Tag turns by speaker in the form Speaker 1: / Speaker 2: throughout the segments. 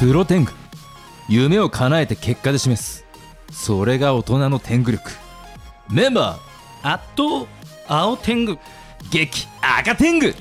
Speaker 1: プロテング夢を叶えて結果で示すそれが大人の天狗力メンバ
Speaker 2: あっと青天狗
Speaker 1: ー激赤天狗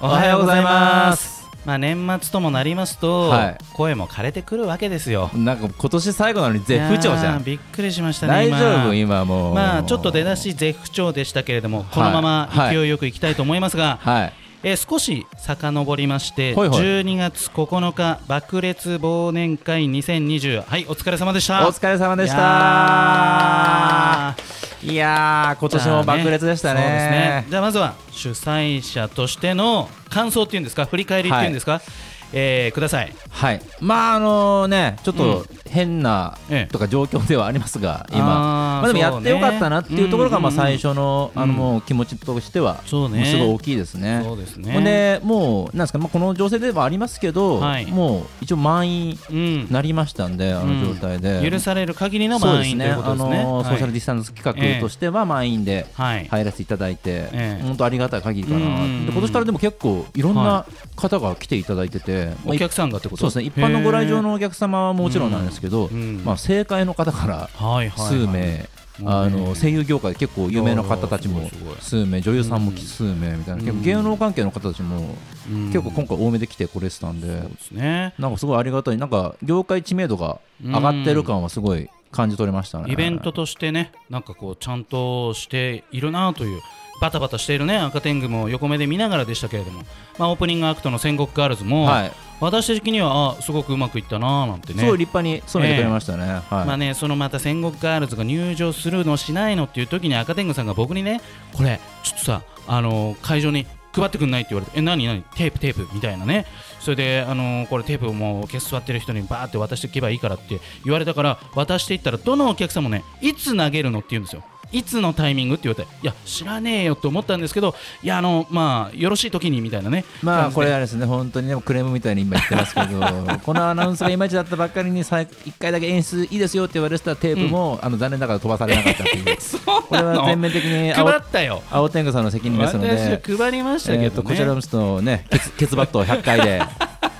Speaker 1: おはようございます
Speaker 2: まあ年末ともなりますと、
Speaker 1: はい
Speaker 2: 声も枯れてくるわけですよ
Speaker 1: なんか今年最後なのに絶不調じ
Speaker 2: いや
Speaker 1: ゃ
Speaker 2: ー
Speaker 1: ん
Speaker 2: びっくりしましたね
Speaker 1: 大丈夫今もう
Speaker 2: まあちょっと出だし絶不調でしたけれどもこのまま
Speaker 1: はい
Speaker 2: 勢いよくいきたいと思いますが、
Speaker 1: はい
Speaker 2: えー少し遡りまして、
Speaker 1: はいはい
Speaker 2: 12月9日爆裂忘年会2020はいお疲れ様でし
Speaker 1: お
Speaker 2: た
Speaker 1: 疲れ様でし
Speaker 2: いや
Speaker 1: たいやー今年も爆裂でしたね
Speaker 2: じゃあそうですねじゃあまずは主催者としての感想っていうんですか振り返りっていうんですか、えーください
Speaker 1: はいまああのねちょっと変な
Speaker 2: ええ
Speaker 1: とか状況ではありますが今
Speaker 2: あー
Speaker 1: まあでもやってよかったなっていうところが
Speaker 2: そうね
Speaker 1: まあ最初の
Speaker 2: うん
Speaker 1: あのもう気持ちとしては
Speaker 2: そうね
Speaker 1: もうすごい大きいですね
Speaker 2: そうですね
Speaker 1: ほんでもうなんですかまあこの情勢ではありますけど
Speaker 2: はい
Speaker 1: もう一応満員
Speaker 2: うん
Speaker 1: なりましたんであの状態で
Speaker 2: 許される限りの
Speaker 1: そうです
Speaker 2: 満員
Speaker 1: ね
Speaker 2: ということ
Speaker 1: あ
Speaker 2: ですね
Speaker 1: のソーシャル
Speaker 2: はい
Speaker 1: ディスタンス企画としては満員で
Speaker 2: はい
Speaker 1: 入らせていただいて、
Speaker 2: ええ
Speaker 1: 本当ありがたい限りか
Speaker 2: うん
Speaker 1: な、
Speaker 2: うんうん
Speaker 1: で今年からでも結構いろんな
Speaker 2: は
Speaker 1: 方が来ていただいてて、まあ
Speaker 2: お客さんがってこと
Speaker 1: そうですね一般のご来場のお客様はもちろんなんですけど、
Speaker 2: うんうん
Speaker 1: まあ、政界の方から
Speaker 2: はいはいはい
Speaker 1: 数名、
Speaker 2: もうね
Speaker 1: あの声優業界で結構有名な方たち
Speaker 2: いや
Speaker 1: も
Speaker 2: ーすごいすごい
Speaker 1: 数名女優さんも数名みたいな、結構芸能関係の方たちも
Speaker 2: うん
Speaker 1: 結構今回多めで来てこれてたんで、
Speaker 2: そうですね
Speaker 1: なんかすごいありがたいなんか業界知名度が上がってる感はすごい感じ取れましたね。
Speaker 2: イベントとしてねなんかこうちゃんとしているなというバタバタしているね赤天狗も横目で見ながらでしたけれども、まあ、オープニングアクトの戦国ガールズも、
Speaker 1: はい
Speaker 2: 私的にはあすごくうまくいったなーなんて
Speaker 1: す
Speaker 2: ね
Speaker 1: ごい立派に務めてくれましたね。はい
Speaker 2: まあね、そのまた戦国ガールズが入場するのしないのっていう時に赤天狗さんが僕にねこれちょっとさ、あのー会場に配ってくんないって言われてえ何何テープテープみたいなねそれで、あのーこれテープをもうお客座ってる人にバーって渡していけばいいからって言われたから渡していったらどのお客さんもねいつ投げるのって言うんですよ。いつのタイミングって言われていや知らねえよって思ったんですけどいやあのまあよろしい時にみたいなね
Speaker 1: まあ
Speaker 2: 感じで
Speaker 1: これはですね本当にでもクレームみたいに今言ってますけどこのアナウンスがいまいちだったばっかりに1回だけ演出いいですよって言われてたテープも、あの残念ながら飛ばされなかったっていう
Speaker 2: そう
Speaker 1: これ
Speaker 2: な
Speaker 1: は
Speaker 2: の
Speaker 1: 全面的に青
Speaker 2: 配ったよ
Speaker 1: 青天狗さんの責任ですので、
Speaker 2: 私配りましたけど、ね
Speaker 1: えー、とこちらの人のねケツケツバットを100回 で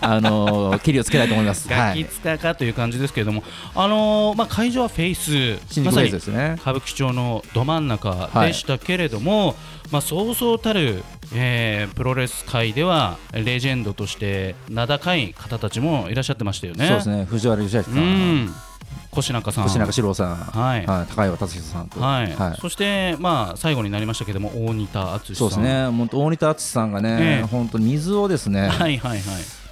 Speaker 1: あのー、蹴りをつけたいと思います。
Speaker 2: ガ
Speaker 1: は
Speaker 2: キ
Speaker 1: い、
Speaker 2: 使かという感じですけれども、あのーまあ、会場はフェイス、
Speaker 1: 新宿ベ
Speaker 2: まさ
Speaker 1: ー
Speaker 2: に
Speaker 1: スですね。
Speaker 2: 歌舞伎町のど真ん中でしたけれども、まあ、そうそうたる、えープロレス界ではレジェンドとして名高い方たちもいらっしゃってましたよね。
Speaker 1: そうですね藤原義明さ、
Speaker 2: うんん越中さん
Speaker 1: 越中志郎さん、
Speaker 2: はい
Speaker 1: 高岩達彦さんと、
Speaker 2: はいそして、まあ、最後になりましたけれども大仁田淳さ
Speaker 1: そ
Speaker 2: ん
Speaker 1: うですね、本当大仁田淳さんがね、
Speaker 2: ええ
Speaker 1: 本当水をですね、
Speaker 2: はいはいはい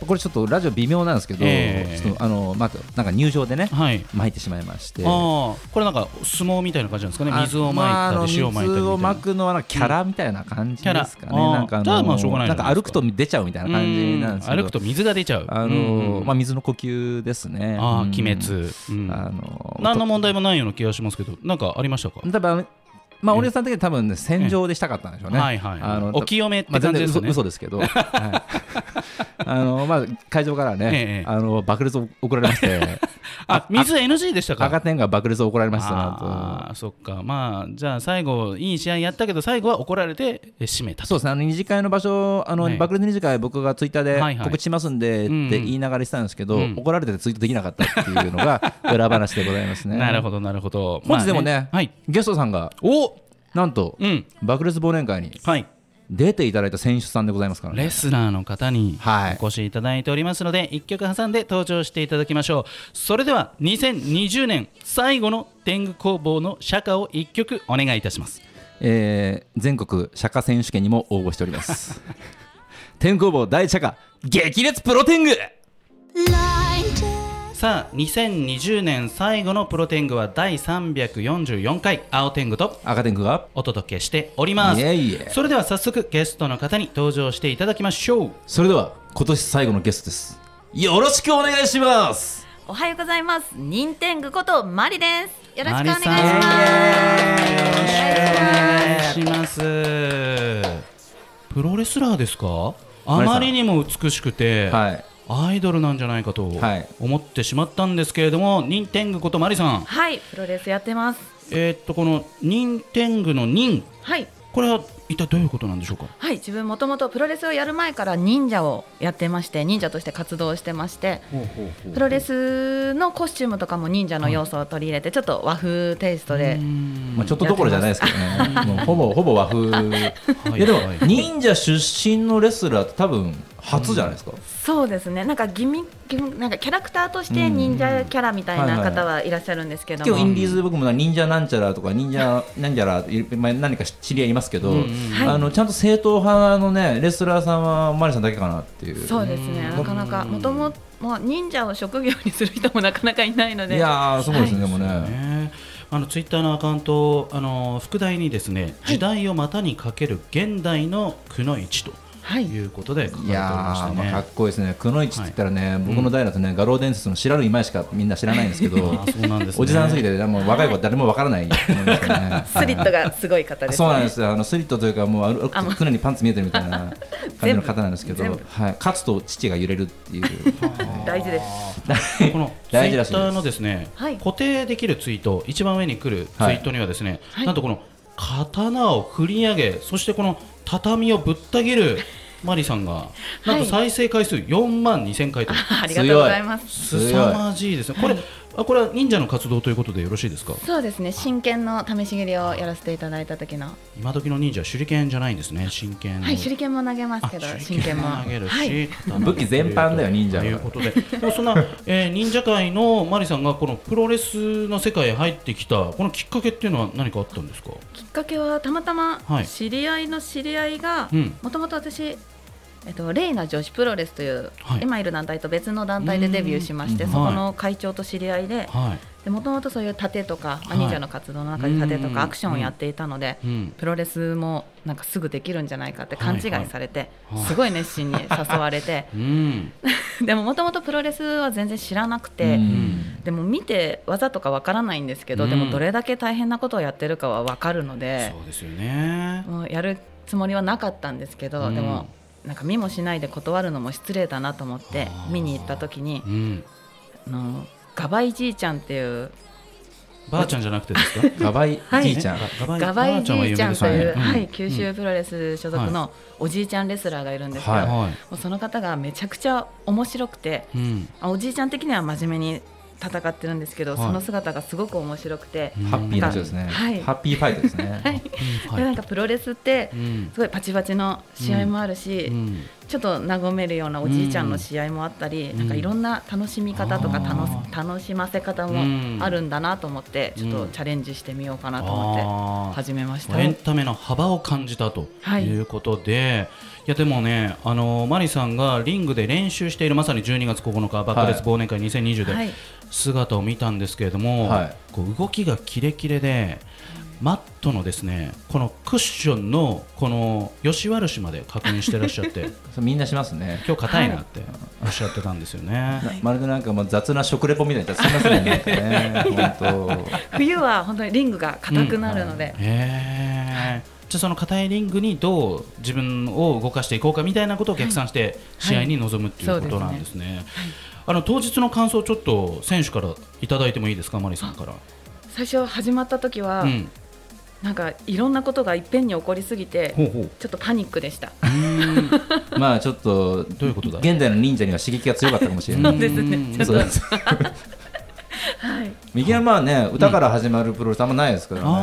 Speaker 1: これちょっとラジオ微妙なんですけど、
Speaker 2: ええ
Speaker 1: ちょっとあのまあなんか入場でね、
Speaker 2: はい
Speaker 1: 巻いてしまいまして。
Speaker 2: あーこれなんか相撲みたいな感じなんですかね
Speaker 1: あ
Speaker 2: 水を
Speaker 1: まあ
Speaker 2: ま
Speaker 1: あ
Speaker 2: いた
Speaker 1: の
Speaker 2: り塩をまいた
Speaker 1: 水
Speaker 2: り
Speaker 1: を
Speaker 2: みたいな
Speaker 1: 巻くのはなんかキャラみたいな感じ
Speaker 2: キャラ
Speaker 1: ですかね。
Speaker 2: あー
Speaker 1: なんかあの
Speaker 2: じゃあまあしょうがな
Speaker 1: なん
Speaker 2: いじゃないですか
Speaker 1: か歩くと出ちゃうみたいな感じなんですけ
Speaker 2: う
Speaker 1: ど。
Speaker 2: 歩くと水が出ちゃう
Speaker 1: あ
Speaker 2: うん
Speaker 1: の
Speaker 2: うん
Speaker 1: まあ水の呼吸ですね。
Speaker 2: ああ
Speaker 1: うん
Speaker 2: 鬼滅、うん
Speaker 1: あの
Speaker 2: 何の問題もないような気がしますけどなんかありましたか、
Speaker 1: 多分まあ大仁田さん的には多分ね戦場でしたかったんでしょうね。
Speaker 2: はいはい
Speaker 1: あの
Speaker 2: お清めっ
Speaker 1: ま
Speaker 2: て
Speaker 1: あ、全
Speaker 2: 感
Speaker 1: 然
Speaker 2: じです
Speaker 1: 嘘
Speaker 2: ね、
Speaker 1: 嘘ですけど、はい、あのまあ会場から
Speaker 2: ええ
Speaker 1: ね、あの爆裂を怒られまして、
Speaker 2: あ水 NG でしたか
Speaker 1: 赤点が爆裂を怒られましたな
Speaker 2: ああそっかまあじゃあ最後いい試合やったけど最後は怒られてえ締めた
Speaker 1: と。そうですね、あの二次会の場所、あの、
Speaker 2: ええ
Speaker 1: 爆裂二次会、僕がツイッター
Speaker 2: はい
Speaker 1: で
Speaker 2: はい
Speaker 1: 告知しますんでって
Speaker 2: うん
Speaker 1: 言いながらしてたんですけど、
Speaker 2: うん
Speaker 1: 怒られててツイートできなかったっていうの が裏話でございますね。
Speaker 2: なるほどなるほど
Speaker 1: 本日でもね,、
Speaker 2: まあはい
Speaker 1: ゲストさんが、
Speaker 2: お
Speaker 1: なんと、
Speaker 2: うん
Speaker 1: 爆裂忘年会に
Speaker 2: はい
Speaker 1: 出ていただいた選手さんでございますからね。
Speaker 2: レスラーの方に
Speaker 1: はい
Speaker 2: お越しいただいておりますので、一曲挟んで登場していただきましょうそれでは2020年最後の天狗工房の釈迦を一曲お願いいたします
Speaker 1: えー全国釈迦選手権にも応募しております 天候坊大釈迦激烈プロテン グ
Speaker 2: さあ2020年最後のプロテングは第344回青天狗と
Speaker 1: 赤天狗が
Speaker 2: お届けしております
Speaker 1: いえいえ
Speaker 2: それでは早速ゲストの方に登場していただきましょう
Speaker 1: それでは今年最後のゲストですよろしくお願いします
Speaker 3: おはようございます。任天狗ことマリです。よろしくお願いし
Speaker 2: マリさんお
Speaker 3: ま
Speaker 2: 願いしますプロレスラーですかあまりにも美しくて、
Speaker 1: はい
Speaker 2: アイドルなんじゃないかと
Speaker 1: はい
Speaker 2: 思ってしまったんですけれども、任天狗ことマリさん
Speaker 3: す。、はい、プロレスやってます。
Speaker 2: えーっとこの任天狗の任
Speaker 3: はい、
Speaker 2: これは一体どういうことなんでしょうか
Speaker 3: はい、自分もともとプロレスをやる前から忍者をやってまして忍者として活動してましてプロレスのコスチュームとかも忍者の要素を取り入れてちょっと和風テイストで
Speaker 1: まあ、ちょっとどころじゃないですけどね、もうほぼほぼ和風、
Speaker 2: はい
Speaker 1: いやでも
Speaker 2: はい
Speaker 1: 忍者出身のレスラーって、多分初じゃないですか、
Speaker 3: そうですねなんかギミギミなんかキャラクターとして忍者キャラみたいな方はいらっしゃるんですけど
Speaker 1: 結構イ
Speaker 3: も
Speaker 1: ンディーズで僕もな忍者なんちゃらとか忍者なんちゃらいまあ何か知り合いいますけど、
Speaker 2: うんうん
Speaker 1: あのちゃんと正統派のねレスラーさんはマリさんだけかなっていう
Speaker 3: そうですねなかなかもともと忍者を職業にする人もなかなかいないので
Speaker 1: いやーそうですね、でもね
Speaker 2: ねあのツイッターのアカウントあの副題にですね時代を股にかける現代のくのいちと
Speaker 3: はい
Speaker 2: いうことで書かれ
Speaker 1: い
Speaker 2: ており
Speaker 1: や
Speaker 2: まし
Speaker 1: ー、
Speaker 2: た
Speaker 1: まあ、
Speaker 2: ね。
Speaker 1: かっこいいですねくのいちって言ったらね、僕の代だとね画廊伝説の知らぬ今しかみんな知らないんですけど
Speaker 2: あーそうなんですね
Speaker 1: おじさんすぎてもう若い子は誰もわからないと思いますけどね
Speaker 3: スリットがすごい方です、ね、
Speaker 1: そうなんですよあのスリットというかもうある
Speaker 3: あもう
Speaker 1: くのにパンツ見えてるみたいな感じの方なんですけ
Speaker 3: 全
Speaker 1: ど、
Speaker 3: 部
Speaker 1: はい、勝つと父が揺れるっていう
Speaker 3: 大事です
Speaker 2: このツイ
Speaker 1: 大事らしいで
Speaker 2: ッ
Speaker 1: す
Speaker 2: ターのですね、
Speaker 3: はい
Speaker 2: 固定できるツイート一番上に来るツイートにはですね、
Speaker 3: はい
Speaker 2: なんとこの刀を振り上げそしてこの畳をぶった切 るマリさんがなんと再生回数4万2000回と
Speaker 3: ありがとうございます
Speaker 2: 凄まじいですねこれあこれは忍者の活動ということでよろしいですか
Speaker 3: そうですね真剣の試し蹴りをやらせていただいた時の
Speaker 2: 今時の忍者は手裏剣じゃないんですね真剣の
Speaker 3: はい手裏剣も投げますけど
Speaker 2: あ
Speaker 3: 真剣も
Speaker 2: 投げるし、
Speaker 3: はい、
Speaker 1: 武器全般だよ忍者は
Speaker 2: ということででもそんな、えー忍者界のマリさんがこのプロレスの世界へ入ってきたこのきっかけっていうのは何かあったんですか
Speaker 3: きっかけはたまたま
Speaker 2: はい
Speaker 3: 知り合いの知り合いが
Speaker 2: うん
Speaker 3: もともと私えっと、レイナ女子プロレスという、
Speaker 2: はい
Speaker 3: 今いる団体と別の団体でデビューしまして
Speaker 2: うん
Speaker 3: そこの会長と知り合いで
Speaker 2: は
Speaker 3: もともとそういう盾とか、
Speaker 2: は
Speaker 3: まあ
Speaker 2: い
Speaker 3: 忍者の活動の中で盾と
Speaker 2: うん
Speaker 3: かアクションをやっていたので
Speaker 2: い、うん、
Speaker 3: プロレスもなんかすぐできるんじゃないかって勘違いされて、
Speaker 2: はいはい
Speaker 3: すごい熱心に誘われて
Speaker 2: うん、
Speaker 3: でももともとプロレスは全然知らなくて。
Speaker 1: うん
Speaker 3: でも見て技とかわからないんですけど、
Speaker 2: うん
Speaker 3: でもどれだけ大変なことをやってるかはわかるので
Speaker 2: そうですよね
Speaker 3: もうやるつもりはなかったんですけど、
Speaker 2: うん
Speaker 3: でもなんか見もしないで断るのも失礼だなと思って
Speaker 2: あー
Speaker 3: 見に行った時に
Speaker 2: うん
Speaker 3: あのガバイじいちゃんっていう
Speaker 2: ばあちゃんじゃなくてですか
Speaker 1: ガバイ
Speaker 3: はい
Speaker 1: じいちゃん、
Speaker 2: ガバ
Speaker 3: ガバイじいちゃんという、
Speaker 2: ばあ
Speaker 3: は
Speaker 2: 有名
Speaker 3: い、
Speaker 2: ですよ
Speaker 3: 九州プロレス所属のおじいちゃんレスラーがいるんですけど、
Speaker 1: はい
Speaker 2: うん
Speaker 3: も
Speaker 2: はいう
Speaker 3: その方がめちゃくちゃ面白くて
Speaker 2: うん
Speaker 3: あおじいちゃん的には真面目に戦ってるんですけど、
Speaker 2: はい
Speaker 3: その姿がすごく面白くて。
Speaker 2: うん
Speaker 1: ハッピーな人ですね、
Speaker 3: はい
Speaker 1: ハッピーファイトですね、
Speaker 3: はい
Speaker 2: は
Speaker 3: で
Speaker 2: い
Speaker 3: なんかプロレスって
Speaker 2: うん
Speaker 3: すごいパチパチの試合もあるし、
Speaker 2: うん
Speaker 3: ちょっと和めるようなおじいちゃんの試合もあったり、
Speaker 2: うん
Speaker 3: なんかいろんな楽しみ方とか
Speaker 2: あ
Speaker 3: 楽
Speaker 2: ー
Speaker 3: 楽しませ方
Speaker 2: うん
Speaker 3: もあるんだなと思って、ちょっとチャレンジしてみようかなと思って
Speaker 2: あー
Speaker 3: 始めました。
Speaker 2: エンタメの幅を感じたと
Speaker 3: はい
Speaker 2: いうことで、い、やでもね、あのマリさんがリングで練習しているまさに12月9日爆裂忘年会2020で、
Speaker 3: はい、
Speaker 2: 姿を見たんですけれども、
Speaker 1: はい
Speaker 2: こう動きがキレキレで、マットのですねこのクッションのこの吉原氏まで確認してらっしゃって
Speaker 1: そうみんなしますね
Speaker 2: 今日硬いなっておっしゃってたんですよね。
Speaker 1: なまるでなんかもう雑な食レポみたいになっちゃってすみませんねなんかね本
Speaker 3: 冬は本当にリングが硬くなるので、
Speaker 2: へえじゃあその硬いリングにどう自分を動かしていこうかみたいなことを逆算して試合に臨むっていうことなんですね。あの当日の感想をちょっと選手からいただいてもいいですかマリさんから。
Speaker 3: 最初始まった時は、
Speaker 2: うん、
Speaker 3: なんかいろんなことがいっぺんに起こりすぎて、
Speaker 2: ほうほう。
Speaker 3: ちょっとパニックでした。
Speaker 2: うーん
Speaker 1: 当まあちょっと
Speaker 2: どういうことだ
Speaker 1: 現代の忍者には刺激が強かったかもしれな
Speaker 2: う
Speaker 1: い
Speaker 2: ん
Speaker 3: ですね。ちょっと
Speaker 1: そうです
Speaker 3: はい、
Speaker 1: いきなりまあね歌から始まるプロレスあんまないですからね、はい
Speaker 2: あ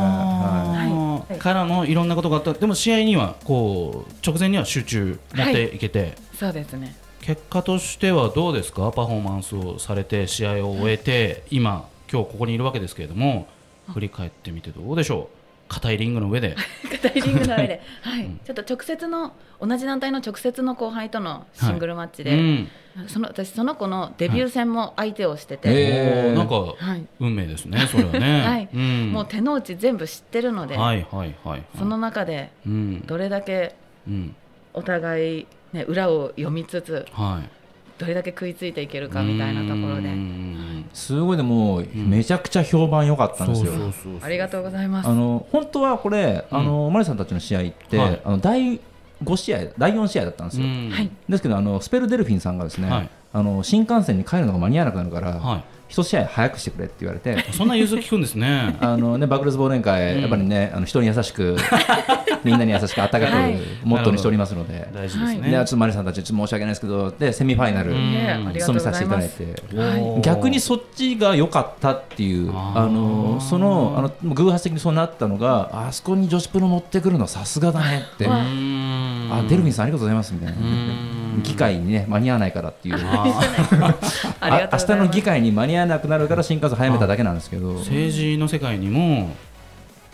Speaker 3: はい
Speaker 2: ーからのいろんなことがあったでも試合にはこう直前には集中持っていけて、
Speaker 3: そうですね。
Speaker 2: 結果としてはどうですかパフォーマンスをされて試合を終えて今今日ここにいるわけですけれども振り返ってみてどうでしょう硬いリングの上で
Speaker 3: ダイリングの上で、はい、ちょっと直接の同じ団体の直接の後輩とのシングルマッチ
Speaker 2: う
Speaker 3: で、
Speaker 2: ん
Speaker 3: その私その子のデビュー戦も相手をして
Speaker 1: はい
Speaker 3: て、
Speaker 1: えー
Speaker 2: おーなんか
Speaker 3: はい、
Speaker 2: 運命ですねそれはね、
Speaker 3: はい
Speaker 2: うん
Speaker 3: もう手の内全部知ってるので、
Speaker 2: はいはいはいはい
Speaker 3: その中で
Speaker 2: うん
Speaker 3: どれだけ
Speaker 2: うん
Speaker 3: お互い、ね、裏を読みつつ
Speaker 2: はい
Speaker 3: どれだけ食いついていけるかみたいなところで
Speaker 2: う、ん
Speaker 1: すごいでもうめちゃくちゃ評判良かったんですよ、
Speaker 2: そうそうそう
Speaker 3: ありがとうござい
Speaker 1: あ
Speaker 3: ます。
Speaker 1: の本当はこれ、あのマリさんたちの試合って、
Speaker 2: はい
Speaker 1: あの第5試合第4試合だったんです
Speaker 2: う
Speaker 1: よ、
Speaker 2: ん
Speaker 3: はい、
Speaker 1: ですけどあのスペルデルフィンさんがですね、
Speaker 2: はい
Speaker 1: あの新幹線に帰るのが間に合わなくなるから、
Speaker 2: は
Speaker 1: 一試合早くしてくれって言われて
Speaker 2: い、そんな融通聞くんですね
Speaker 1: あのね、バクレス忘年
Speaker 2: うん
Speaker 1: 会、やっぱりね、あの人に優しく、みんなに優しく温かく
Speaker 3: はい
Speaker 1: モットーにしておりますので。
Speaker 2: 大事です
Speaker 1: で、ちょ
Speaker 2: ね
Speaker 1: っ。とマリさんたち、ちょっと申し訳ないですけど、で、セミファイナル。
Speaker 2: うん
Speaker 3: ねありが
Speaker 1: 務
Speaker 3: とう
Speaker 1: め
Speaker 3: ご
Speaker 1: させて
Speaker 3: ざい
Speaker 1: いた
Speaker 3: ま
Speaker 1: だい
Speaker 3: す。
Speaker 1: て。
Speaker 3: は
Speaker 1: 逆にそっちが良かったっていう
Speaker 2: あ
Speaker 1: あ
Speaker 2: ー
Speaker 1: のそのあのもう偶発的にそうなったのがあそこに女子プロ持ってくるのさすがだねって
Speaker 3: は
Speaker 1: あ
Speaker 2: あ
Speaker 1: デルフィンさんありがとうございますみたいな
Speaker 2: うん
Speaker 1: 議会にね間に合わないからっていうあ
Speaker 3: ありがとうございます。
Speaker 1: 明日の議会に間に合わなくなるから新幹線早めただけなんですけど
Speaker 2: 政治の世界にも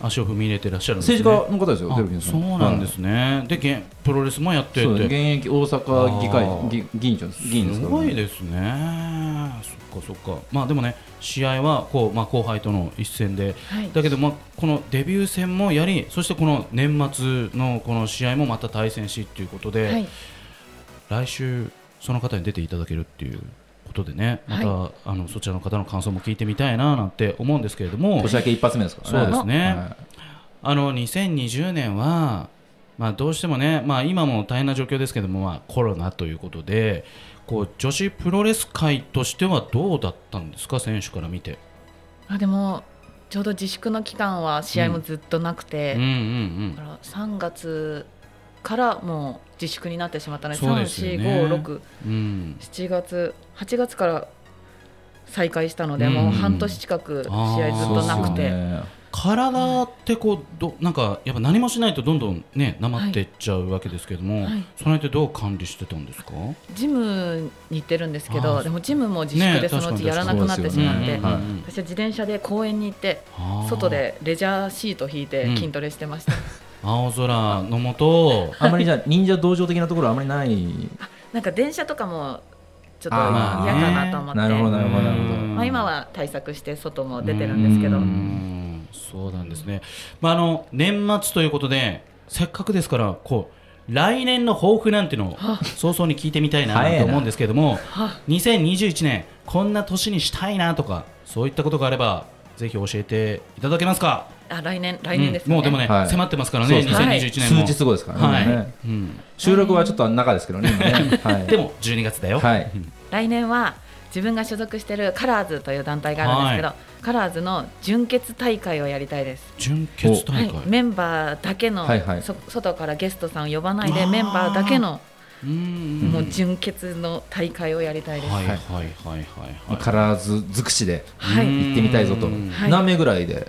Speaker 2: 足を踏み入れてらっしゃるんです、ね、
Speaker 1: 政治家の方ですよ
Speaker 2: あ
Speaker 1: デルフィンさん
Speaker 2: そうなんですね、でげんプロレスもやって
Speaker 1: そう現
Speaker 2: て
Speaker 1: 役大阪議
Speaker 2: あー
Speaker 1: 会議議員長です議員です
Speaker 2: す
Speaker 1: から
Speaker 2: ごいですねそっかそっかまあでもね試合はこう、まあ、後輩との一戦で、
Speaker 3: はい
Speaker 2: だけど、まあ、このデビュー戦もやりそしてこの年末のこの試合もまた対戦しということで、
Speaker 3: はい
Speaker 2: 来週その方に出ていただけるっていうことでねまた、あのそちらの方の感想も聞いてみたいななんて思うんですけれども
Speaker 1: 年明け一発目ですからね
Speaker 2: そうですね
Speaker 1: はい
Speaker 2: あの2020年は、まあ、どうしてもね、まあ、今も大変な状況ですけども、まあ、コロナということでこう女子プロレス界としてはどうだったんですか選手から見て。
Speaker 3: あでもちょうど自粛の期間は試合もずっとなくて、
Speaker 2: うんうん
Speaker 3: だから3月からもう自粛になってしまったので、
Speaker 2: そうですよね
Speaker 3: 34567
Speaker 2: うんうん、
Speaker 3: 月8月から再開したので、
Speaker 2: うん
Speaker 3: もう半年近く試合ずっ
Speaker 2: そう
Speaker 3: と
Speaker 2: ですよ
Speaker 3: なくて、
Speaker 1: ね
Speaker 2: 体ってこうどなんかやっぱ何もしないとどんどんねなまっていっちゃうわけですけども、
Speaker 3: はい
Speaker 2: その辺ってどう管理してたんですか、
Speaker 3: ジムに行ってるんですけ
Speaker 2: あー
Speaker 3: どでもジムも自粛
Speaker 2: ね
Speaker 3: でそのうちやらなくなってし
Speaker 1: うん
Speaker 3: まって、
Speaker 1: 確かにはい
Speaker 3: 私は自転車で公園に行って
Speaker 2: あー
Speaker 3: 外でレジャーシート引いて
Speaker 2: うん
Speaker 3: 筋トレして ました、
Speaker 2: 青空のもと
Speaker 1: あんまりじゃあ忍者道場的なところはあまりない
Speaker 3: なんか電車とかもちょっと嫌
Speaker 1: あ
Speaker 2: ー
Speaker 3: かなと思って
Speaker 1: なるほどなるほどなるほど
Speaker 2: うん
Speaker 3: まあ、今は対策して外も出てるんですけど
Speaker 2: うーんそうなんですね、まあ、あの年末ということでせっかくですからこう来年の抱負なんてのを早々に聞いてみたいな
Speaker 1: 早いな
Speaker 2: と思うんですけれども2021年こんな年にしたいなとかそういったことがあればぜひ教えていただけますか、
Speaker 3: あ来年来年です
Speaker 2: うん
Speaker 3: ね、
Speaker 2: もうでもね、
Speaker 1: はい
Speaker 2: 迫ってますから
Speaker 1: そう
Speaker 2: ね
Speaker 1: ですね
Speaker 2: 2021年も
Speaker 1: 数日後ですからね
Speaker 2: は
Speaker 1: ね
Speaker 2: いうん
Speaker 1: 収録はちょっと中ですけどね今ねはい
Speaker 2: でも12月だよ、
Speaker 1: はい
Speaker 3: 来年は自分が所属してるカラーズという団体があるんですけど、
Speaker 2: は
Speaker 3: カラーズの準決大会をやりたいです
Speaker 2: 準決大会、
Speaker 3: はい、メンバーだけの、
Speaker 1: はいはい
Speaker 3: そ外からゲストさんを呼ばない
Speaker 2: あ
Speaker 3: で
Speaker 2: ー
Speaker 3: メンバーだけの
Speaker 2: うんうん
Speaker 3: もう準決の大会をやりたいです、
Speaker 2: はいはいはいはいはい
Speaker 1: カラーズ尽くしで
Speaker 3: はい
Speaker 2: うん
Speaker 1: 行ってみたいぞと
Speaker 3: はい
Speaker 1: 何名ぐらいで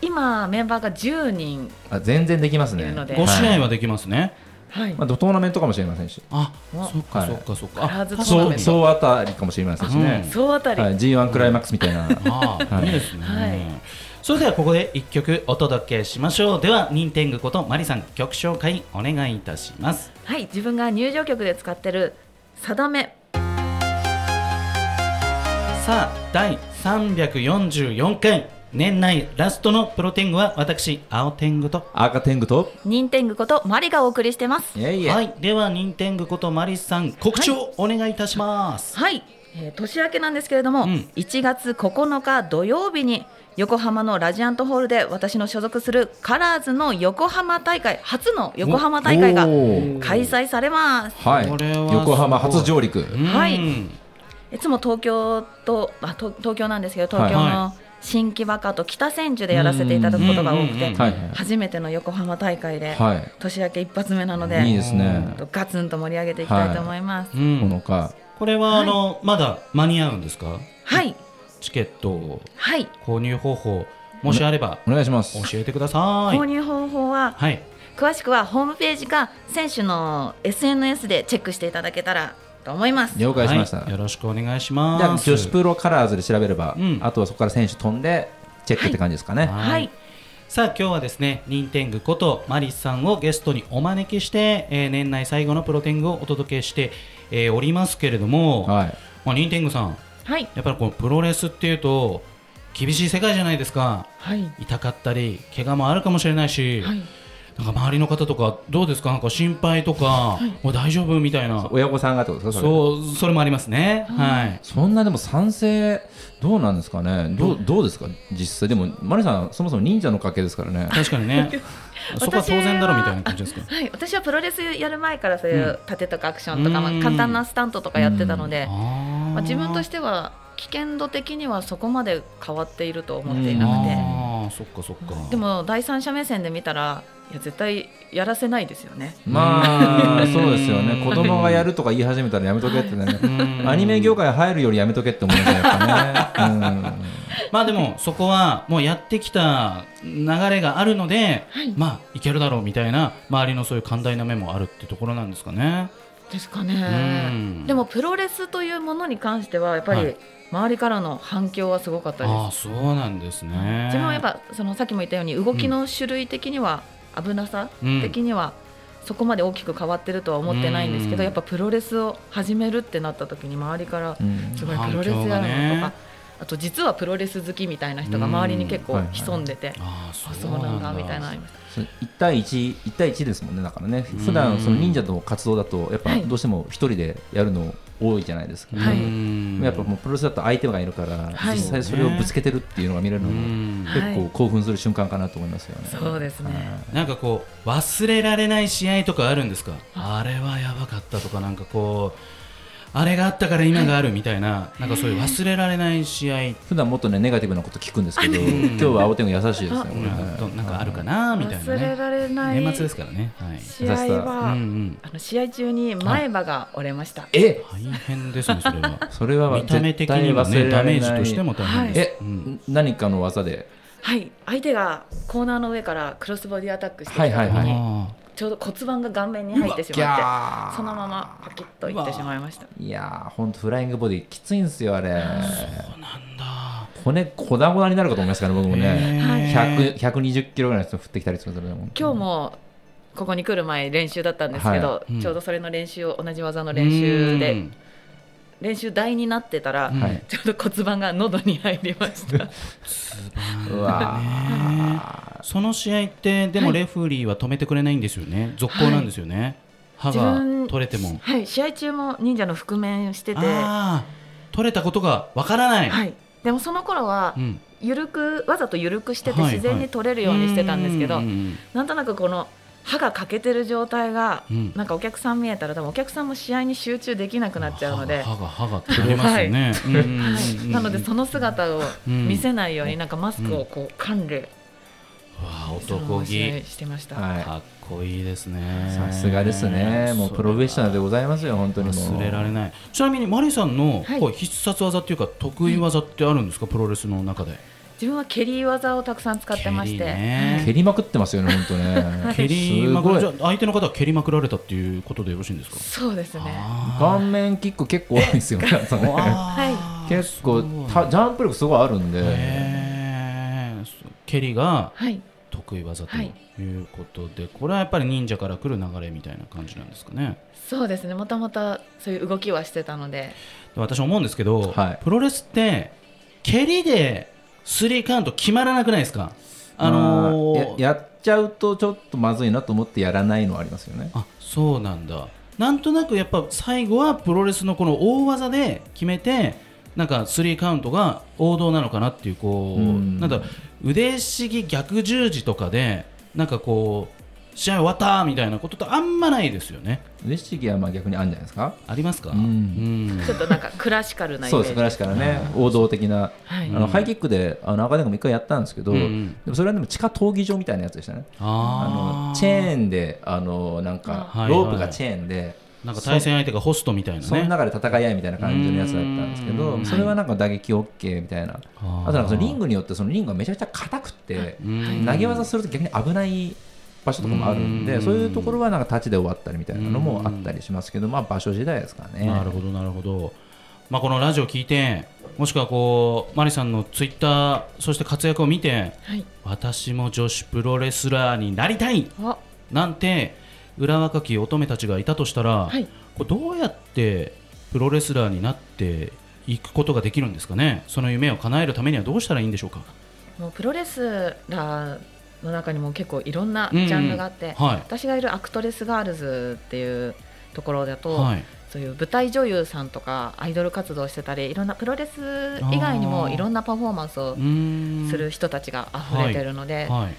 Speaker 3: 今メンバーが10人、
Speaker 1: あ全然できます
Speaker 3: い
Speaker 1: ね
Speaker 3: るので
Speaker 2: 5試合
Speaker 1: は
Speaker 2: はできますね、
Speaker 3: はい
Speaker 1: いまあトーナメントかもしれませんし
Speaker 2: あ、
Speaker 3: お
Speaker 2: そっか
Speaker 1: はい
Speaker 2: そっかそっか。
Speaker 3: カラーズ
Speaker 2: あ
Speaker 3: トーナ
Speaker 1: そ
Speaker 3: メン
Speaker 1: う
Speaker 3: ト
Speaker 1: そうあたりかもしれませんしね
Speaker 3: そうあたり、
Speaker 1: はい G1 クライマックスみたいな
Speaker 2: ああ、
Speaker 1: はい
Speaker 2: いいですね。
Speaker 3: はい
Speaker 2: それではここで一曲お届けしましょう。では、任天狗ことマリさん曲紹介お願いいたします。
Speaker 3: はい、自分が入場曲で使ってる「定め
Speaker 2: さあ、第344回年内ラストのプロ天狗は私青天狗と。
Speaker 1: 赤天狗と」
Speaker 3: 任天狗ことマリがお送りしてます。
Speaker 1: いやいや
Speaker 2: はい、では任天狗ことマリさん告知をお願いいたします。
Speaker 3: はい、えー年明けなんですけれども、
Speaker 2: うん
Speaker 3: 1月9日土曜日に横浜のラジアントホールで私の所属するカラーズの横浜大会初の横浜大会が
Speaker 1: おー
Speaker 3: 開催されます。
Speaker 1: はい
Speaker 2: これはすごい
Speaker 1: 横浜初上陸
Speaker 2: うん
Speaker 3: はいいつも東京と、まあ、と東京なんですけど東京
Speaker 2: はいは
Speaker 3: の新木場と北千住でやらせていただくことが多く
Speaker 2: うんうんうん
Speaker 3: て
Speaker 1: はい
Speaker 3: 初めての横浜大会で
Speaker 1: はい
Speaker 3: 年明け一発目なので
Speaker 1: はいいいですね
Speaker 3: ガツンと盛り上げていきたいと思います。
Speaker 2: う
Speaker 1: こ
Speaker 2: ん
Speaker 1: のか
Speaker 2: これはあの、まだ間に合うんですか？
Speaker 3: はい、
Speaker 2: チケットを
Speaker 3: はい、
Speaker 2: 購入方法もしあれば
Speaker 1: お願いします
Speaker 2: 教えてください
Speaker 3: 購。入方法は
Speaker 2: はい。
Speaker 3: 詳しくはホームページか選手の SNS でチェックしていただけたらと思います。
Speaker 1: 了解しました
Speaker 2: はいよ
Speaker 1: じ
Speaker 2: ろしくお願いしま
Speaker 1: ゃあ
Speaker 2: す。
Speaker 1: 女子プロカラーズで調べれば
Speaker 2: うん
Speaker 1: あとはそこから選手飛んでチェックって感じですかね
Speaker 2: はい
Speaker 3: はい、
Speaker 2: さあ今日はですね、任天狗ことマリスさんをゲストにお招きして、えー年内最後のプロテングをお届けして、えーおりますけれども、
Speaker 1: はい
Speaker 2: まあ任天狗さん、
Speaker 3: はい、
Speaker 2: やっぱりこのプロレスっていうと厳しい世界じゃないですか。
Speaker 3: はい、
Speaker 2: 痛かったり怪我もあるかもしれないし、なんか周りの方とかどうですかなんか心配とか、お大丈夫みたいな。
Speaker 1: 親御さんがってことですかそれ
Speaker 2: そう、それもありますね。はい。
Speaker 1: そんなでも賛成どうなんですかねどうどうですか実際でもマリさんそもそも忍者の家系ですからね
Speaker 2: 確かに ね。そこは当然だろみたいな感じですか。
Speaker 3: はい、私はプロレスやる前からそういうう盾とかアクションとか、まあ
Speaker 2: うん
Speaker 3: 簡単なスタントとかやってたので、ま
Speaker 2: ま
Speaker 3: あ、自分としては危険度的にはそこまで変わっていると思っていなくて、
Speaker 2: あああそっかそっか
Speaker 3: でも第三者目線で見たらいや絶対やらせないですよね
Speaker 1: まあそうですよ
Speaker 2: う
Speaker 1: ね
Speaker 2: ん
Speaker 1: 子供がやるとか言い始めたらやめとけってね
Speaker 2: ん
Speaker 1: アニメ業界入るよりやめとけって思いましたね、
Speaker 2: まあでもそこはもうやってきた流れがあるので、まあいけるだろうみたいな周りのそういう寛大な目もあるってところなんですかね。
Speaker 3: ですか
Speaker 2: うん
Speaker 3: ねでもプロレスというものに関してはやっぱ
Speaker 2: は
Speaker 3: り
Speaker 2: い
Speaker 3: 周りからの反響はすごかったです
Speaker 2: ああそうなんですね。
Speaker 3: 自分はやっぱそのさっきも言ったように動きの種類的には危なさ的にはそこまで大きく変わってるとは思ってないんですけ
Speaker 2: うん
Speaker 3: どやっぱプロレスを始めるってなった時に周りから
Speaker 1: うんうん
Speaker 3: すごいプロレスやるのとか、
Speaker 2: 反響がね
Speaker 3: あと実はプロレス好きみたいな人が周りに結構潜んでて、
Speaker 2: ああ
Speaker 3: あ
Speaker 2: そ
Speaker 3: そう
Speaker 2: な
Speaker 3: う
Speaker 2: んだ
Speaker 3: なんだみたいなのありまし
Speaker 1: そう1対11対1ですもんねだからね
Speaker 2: うん
Speaker 1: 普段その忍者の活動だとやっぱ
Speaker 3: はい
Speaker 1: どうしても一人でやるの多いじゃないですか、
Speaker 3: はい
Speaker 2: うん
Speaker 1: やっぱもうプロレスだと相手がいるから、
Speaker 3: はい
Speaker 1: 実際それをぶつけてるっていうのが見れる
Speaker 2: う
Speaker 1: のも
Speaker 2: ん
Speaker 3: はい
Speaker 1: 結構興奮する瞬間かなと思いますよね。
Speaker 3: たそうですね、
Speaker 2: なんかこう忘れられない試合とかあるんですか。あれはやばかったとかなんかこうあれがあったから今があるみたいな、なんかそういう忘れられない試合
Speaker 1: 普段もっとねネガティブなこと聞くんですけど、
Speaker 2: ん
Speaker 1: 今日は青天が優しいですね。これ
Speaker 2: なんか
Speaker 1: ね
Speaker 2: なんかあるかなみたいな
Speaker 3: 忘れ
Speaker 2: ね。
Speaker 3: られない
Speaker 2: 年末ですからね。はい。
Speaker 3: 試合は、
Speaker 2: うんうん。
Speaker 3: あの試合中に前歯が折れました、
Speaker 1: え、
Speaker 2: 大変ですねそれ は。
Speaker 1: それは
Speaker 2: 見た目的にも
Speaker 1: 絶対忘
Speaker 2: ね
Speaker 1: れ
Speaker 2: ダ
Speaker 1: ら
Speaker 2: メ
Speaker 1: れ
Speaker 2: ー
Speaker 1: ない
Speaker 2: ジとしても大変です。
Speaker 1: え、
Speaker 2: うん
Speaker 1: 何かの技で、
Speaker 3: はい相手がコーナーの上からクロスボディアタックしてきた
Speaker 1: はい
Speaker 3: 時に、
Speaker 1: はいはい。
Speaker 2: あ
Speaker 3: ちょうど骨盤が顔面に入ってしまって
Speaker 1: ャ
Speaker 3: そのままパキッといってしまいました
Speaker 1: いやー、本当フライングボディきついんですよあれ。
Speaker 2: ーそうなんだ。
Speaker 1: 骨粉々になるかと思いますからね僕もね。
Speaker 2: へ
Speaker 1: 100
Speaker 2: ー
Speaker 1: 120キロぐらいの人降ってきたりするんですよね。
Speaker 3: 今日もここに来る前練習だったんですけど、
Speaker 1: は
Speaker 2: うん
Speaker 3: ちょうどそれの練習を同じ技の練習
Speaker 2: う
Speaker 3: で
Speaker 2: ん
Speaker 3: 練習台になってたら、
Speaker 2: うん
Speaker 1: はい
Speaker 3: ちょうど骨盤が喉に入りました。
Speaker 1: うわ
Speaker 2: ねその試合ってでもレフェリーは止めてくれないんですよね。続行なんですよね。歯が
Speaker 3: 自分
Speaker 2: 取れても。
Speaker 3: はい、試合中も忍者の覆面してて、は
Speaker 2: ああ取れたことがわからない。
Speaker 3: い、でもその頃は
Speaker 2: うん。
Speaker 3: ゆるくわざとゆるくしてて
Speaker 2: はい
Speaker 3: 自然に取れるようにしてたんですけど、
Speaker 2: うんうん
Speaker 3: なんとなくこの歯が欠けてる状態が、
Speaker 2: うん
Speaker 3: なんかお客さん見えたら多分お客さんも試合に集中できなくなっちゃうので、
Speaker 2: 歯が歯が取れますよね。うんうんうん
Speaker 3: はい、なのでその姿を見せないように、
Speaker 2: うん
Speaker 3: なんかマスクをこう管理、
Speaker 2: うわあ
Speaker 3: そ
Speaker 2: 男
Speaker 3: の試合
Speaker 2: 気。
Speaker 3: してました。
Speaker 1: はい。
Speaker 2: かっこいいですね。
Speaker 1: さすがですね。もうプロフェッショナルでございますよ本当にもう。
Speaker 2: 忘れられない。ちなみにマリさんの
Speaker 3: はい
Speaker 2: こう必殺技っていうか得意技ってあるんですか、プロレスの中で。
Speaker 3: 自分は蹴り技をたくさん使ってまして、
Speaker 2: 蹴りね
Speaker 1: 蹴りまくってますよね本当ね。
Speaker 2: 蹴りまく
Speaker 1: すご
Speaker 2: ら
Speaker 1: い
Speaker 2: じゃあ相手の方は蹴りまくられたっていうことでよろしいんですか。
Speaker 3: そうですね。
Speaker 2: あ
Speaker 1: 顔面キック結構多いんですよ ね。あと
Speaker 2: ー
Speaker 1: ね
Speaker 2: あー
Speaker 1: 結構
Speaker 2: そう
Speaker 1: たジャンプ力すごいあるんで。
Speaker 2: へーそう蹴りが
Speaker 3: はい、
Speaker 2: 得意技と
Speaker 3: はい
Speaker 2: いうことで、これはやっぱり忍者から来る流れみたいな感じなんですかね。
Speaker 3: そうですね。もともとそういう動きはしてたので、
Speaker 2: で私思うんですけど、
Speaker 1: はい
Speaker 2: プロレスって蹴りでスリーカウント決まらなくないですかあのー
Speaker 1: まあややっちゃうとちょっとまずいなと思ってやらないのはありますよね。
Speaker 2: あそうなんだなんとなくやっぱ最後はプロレスのこの大技で決めてなんかスリーカウントが王道なのかなっていうこ
Speaker 1: う
Speaker 2: う、
Speaker 1: ん
Speaker 2: なんだ腕しぎ逆十字とかでなんかこう試合終わったみたいなことってあんまないですよね
Speaker 1: レシキはまあ逆にあるんじゃないですか。
Speaker 2: ありますか、
Speaker 1: うん
Speaker 2: うん
Speaker 3: ちょっとなんかクラシカルなイメ
Speaker 1: そう
Speaker 3: ー
Speaker 1: で
Speaker 3: ジ。
Speaker 1: すからしからね王道的な。
Speaker 3: は
Speaker 1: あ
Speaker 3: い。
Speaker 1: のハイキックであの赤でも一回やったんですけど、
Speaker 2: うんうん
Speaker 1: でもそれはでも地下闘技場みたいなやつでしたね。あ
Speaker 2: あ
Speaker 1: の
Speaker 2: ー
Speaker 1: チェーンであのなんか
Speaker 2: あー
Speaker 1: ロー
Speaker 2: はい
Speaker 1: プ
Speaker 2: はい
Speaker 1: がチェーンで、
Speaker 2: なんか対戦相手がホストみたいなね
Speaker 1: その中で戦い合いみたいな感じのやつだったんですけ
Speaker 2: う
Speaker 1: ど
Speaker 2: ん
Speaker 1: それはなんか打撃 OK みたいな
Speaker 2: あ
Speaker 1: あ
Speaker 2: ー
Speaker 1: となんかそのリングによってそのリングがめちゃくちゃ硬くって
Speaker 2: うん
Speaker 1: 投げ技すると逆に危ない場所とかもあるん
Speaker 2: う
Speaker 1: で
Speaker 2: ん
Speaker 1: そういうところはなんか立ちで終わったりみたいなのもあったりしますけどまあ場所次第ですからね。
Speaker 2: なるほどなるほど、まあ、このラジオ聞いてもしくはこうマリさんのツイッターそして活躍を見て
Speaker 3: はい。
Speaker 2: 私も女子プロレスラーになりたい
Speaker 3: あ、
Speaker 2: なんて裏若き乙女たちがいたとしたら、
Speaker 3: はい。
Speaker 2: これどうやってプロレスラーになっていくことができるんですかねその夢を叶えるためにはどうしたらいいんでしょうか
Speaker 3: もうプロレスラーの中にも結構いろんなジャンルがあって、
Speaker 2: は
Speaker 3: 私がいるアクトレスガールズっていうところだ
Speaker 2: い
Speaker 3: と、
Speaker 2: はい
Speaker 3: そういう舞台女優さんとかアイドル活動してたりいろんなプロレス以外に
Speaker 2: あ
Speaker 3: も
Speaker 2: ー
Speaker 3: いろんなパフォーマンスを
Speaker 2: うーん
Speaker 3: する人たちが溢れてるので、
Speaker 2: はい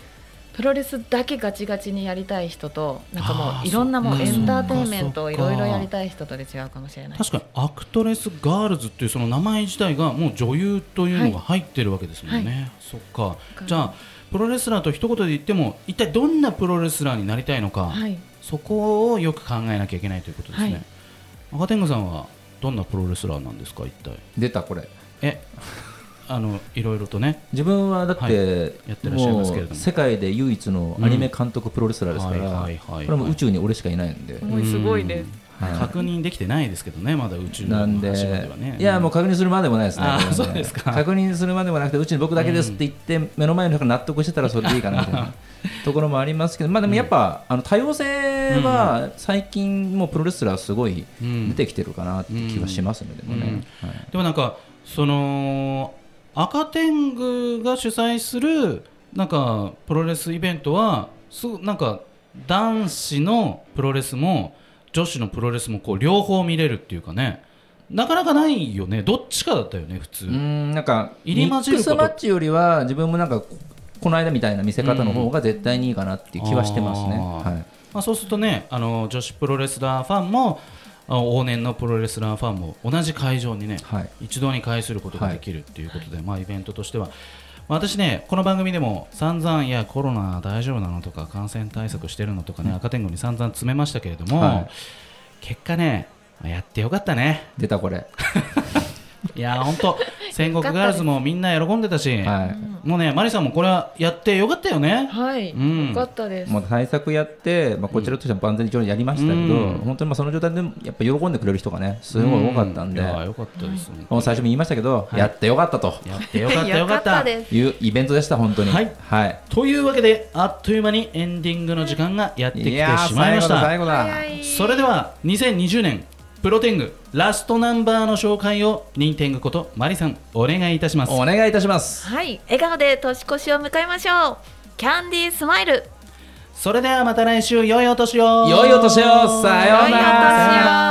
Speaker 3: プロレスだけガチガチにやりたい人となんか
Speaker 2: あ
Speaker 3: も
Speaker 2: ー
Speaker 3: ういろんなも
Speaker 2: そっ
Speaker 3: う
Speaker 2: か
Speaker 3: エンターテインメントを
Speaker 2: そ
Speaker 3: い
Speaker 2: っか
Speaker 3: ろいろやりたい人とで違うかもしれない
Speaker 2: 確かにアクトレスガールズっていうその名前自体がもう女優というのが入ってるわけですもんね、
Speaker 3: は
Speaker 2: そっか
Speaker 3: から
Speaker 2: じゃあプロレスラーと一言で言っても一体どんなプロレスラーになりたいのか、
Speaker 3: はい
Speaker 2: そこをよく考えなきゃいけないということですね、
Speaker 3: はい
Speaker 2: 赤天狗さんはどんなプロレスラーなんですか一体
Speaker 1: 出たこれ
Speaker 2: え あのいろいろとね
Speaker 1: 自分はだって、
Speaker 2: はいやってらっしゃいますけれども
Speaker 1: う世界で唯一のアニメ監督プロレスラーですから、
Speaker 2: うんはいはいはいはい
Speaker 1: これはもう宇宙に俺しかいないんで、
Speaker 3: もうすごい
Speaker 2: う
Speaker 3: です
Speaker 2: ん
Speaker 1: はい
Speaker 2: 確認できてないですけどねまだ宇宙の
Speaker 1: なんで、
Speaker 2: 話まではね
Speaker 1: いやもう確認するまでもないですね
Speaker 2: あー
Speaker 1: これはね
Speaker 2: そうです か
Speaker 1: 確認するまでもなくてうちに僕だけですって言って、目の前の人が納得してたらそれでいいかなみたいな ところもありますけどまあでもやっぱ、あの多様性は最近もうプロレスラーすごい
Speaker 2: うん
Speaker 1: 出てきてるかなって気はしますね、でもね、
Speaker 2: うん
Speaker 1: はい
Speaker 2: でもなんかその赤天狗が主催するなんかプロレスイベントはすごなんか男子のプロレスも女子のプロレスもこう両方見れるっていうかねなかなかないよねどっちかだったよね普通、
Speaker 1: うーんなんか
Speaker 2: 入り
Speaker 1: ミ
Speaker 2: 混じ
Speaker 1: ッ
Speaker 2: るこ
Speaker 1: ク
Speaker 2: と
Speaker 1: スマッチよりは自分もなんかここの間みたいな見せ方の方が絶対にいいかなっていう気はしてますね。
Speaker 2: うん
Speaker 1: はい
Speaker 2: まあ、そうするとねあの女子プロレスラーファンもあ往年のプロレスラーファンも同じ会場にね、
Speaker 1: はい
Speaker 2: 一堂に会することができるっていうことで、まあ、イベントとしては、まあ、私ね、この番組でも散々、いや、コロナ大丈夫なのとか、感染対策してるのとかね、赤天狗に散々詰めましたけれども、
Speaker 1: はい
Speaker 2: 結果ね、やってよかったね。
Speaker 1: 出たこれ、
Speaker 2: いや、本当戦国ガールズもみんな喜んでたし、
Speaker 1: は
Speaker 2: もうね、マリさんもこれはやってよかったよね。
Speaker 3: はい、
Speaker 2: うん
Speaker 3: よかったで
Speaker 1: い、
Speaker 3: す
Speaker 1: もう対策やって、まあ、こちらとしては万全に一応やりましたけど、
Speaker 2: うん
Speaker 1: 本当にまあその状態でもやっぱ喜んでくれる人がねすごい多かったんで、
Speaker 2: ういや、よかったですね。
Speaker 1: もう最初も言いましたけど、やってよかったと
Speaker 2: やってよか った、よかっ
Speaker 3: よかった
Speaker 2: た。
Speaker 3: です
Speaker 1: いうイベントでした本当に。
Speaker 2: はい
Speaker 1: はい、
Speaker 2: というわけであっという間にエンディングの時間がやってきてし
Speaker 1: やー
Speaker 2: まい
Speaker 1: 最
Speaker 2: ま
Speaker 1: 後
Speaker 2: し
Speaker 1: だ最
Speaker 2: た
Speaker 1: 後だ。
Speaker 3: 早い
Speaker 2: それでは2020年プロテングラストナンバーの紹介を任天狗ことマリさんお願いいたします
Speaker 1: お願いいたします。
Speaker 3: はい笑顔で年越しを迎えましょうキャンディースマイル
Speaker 2: それではまた来週良いお年を
Speaker 1: 良いお年をさような
Speaker 3: 良いお年を
Speaker 1: ら。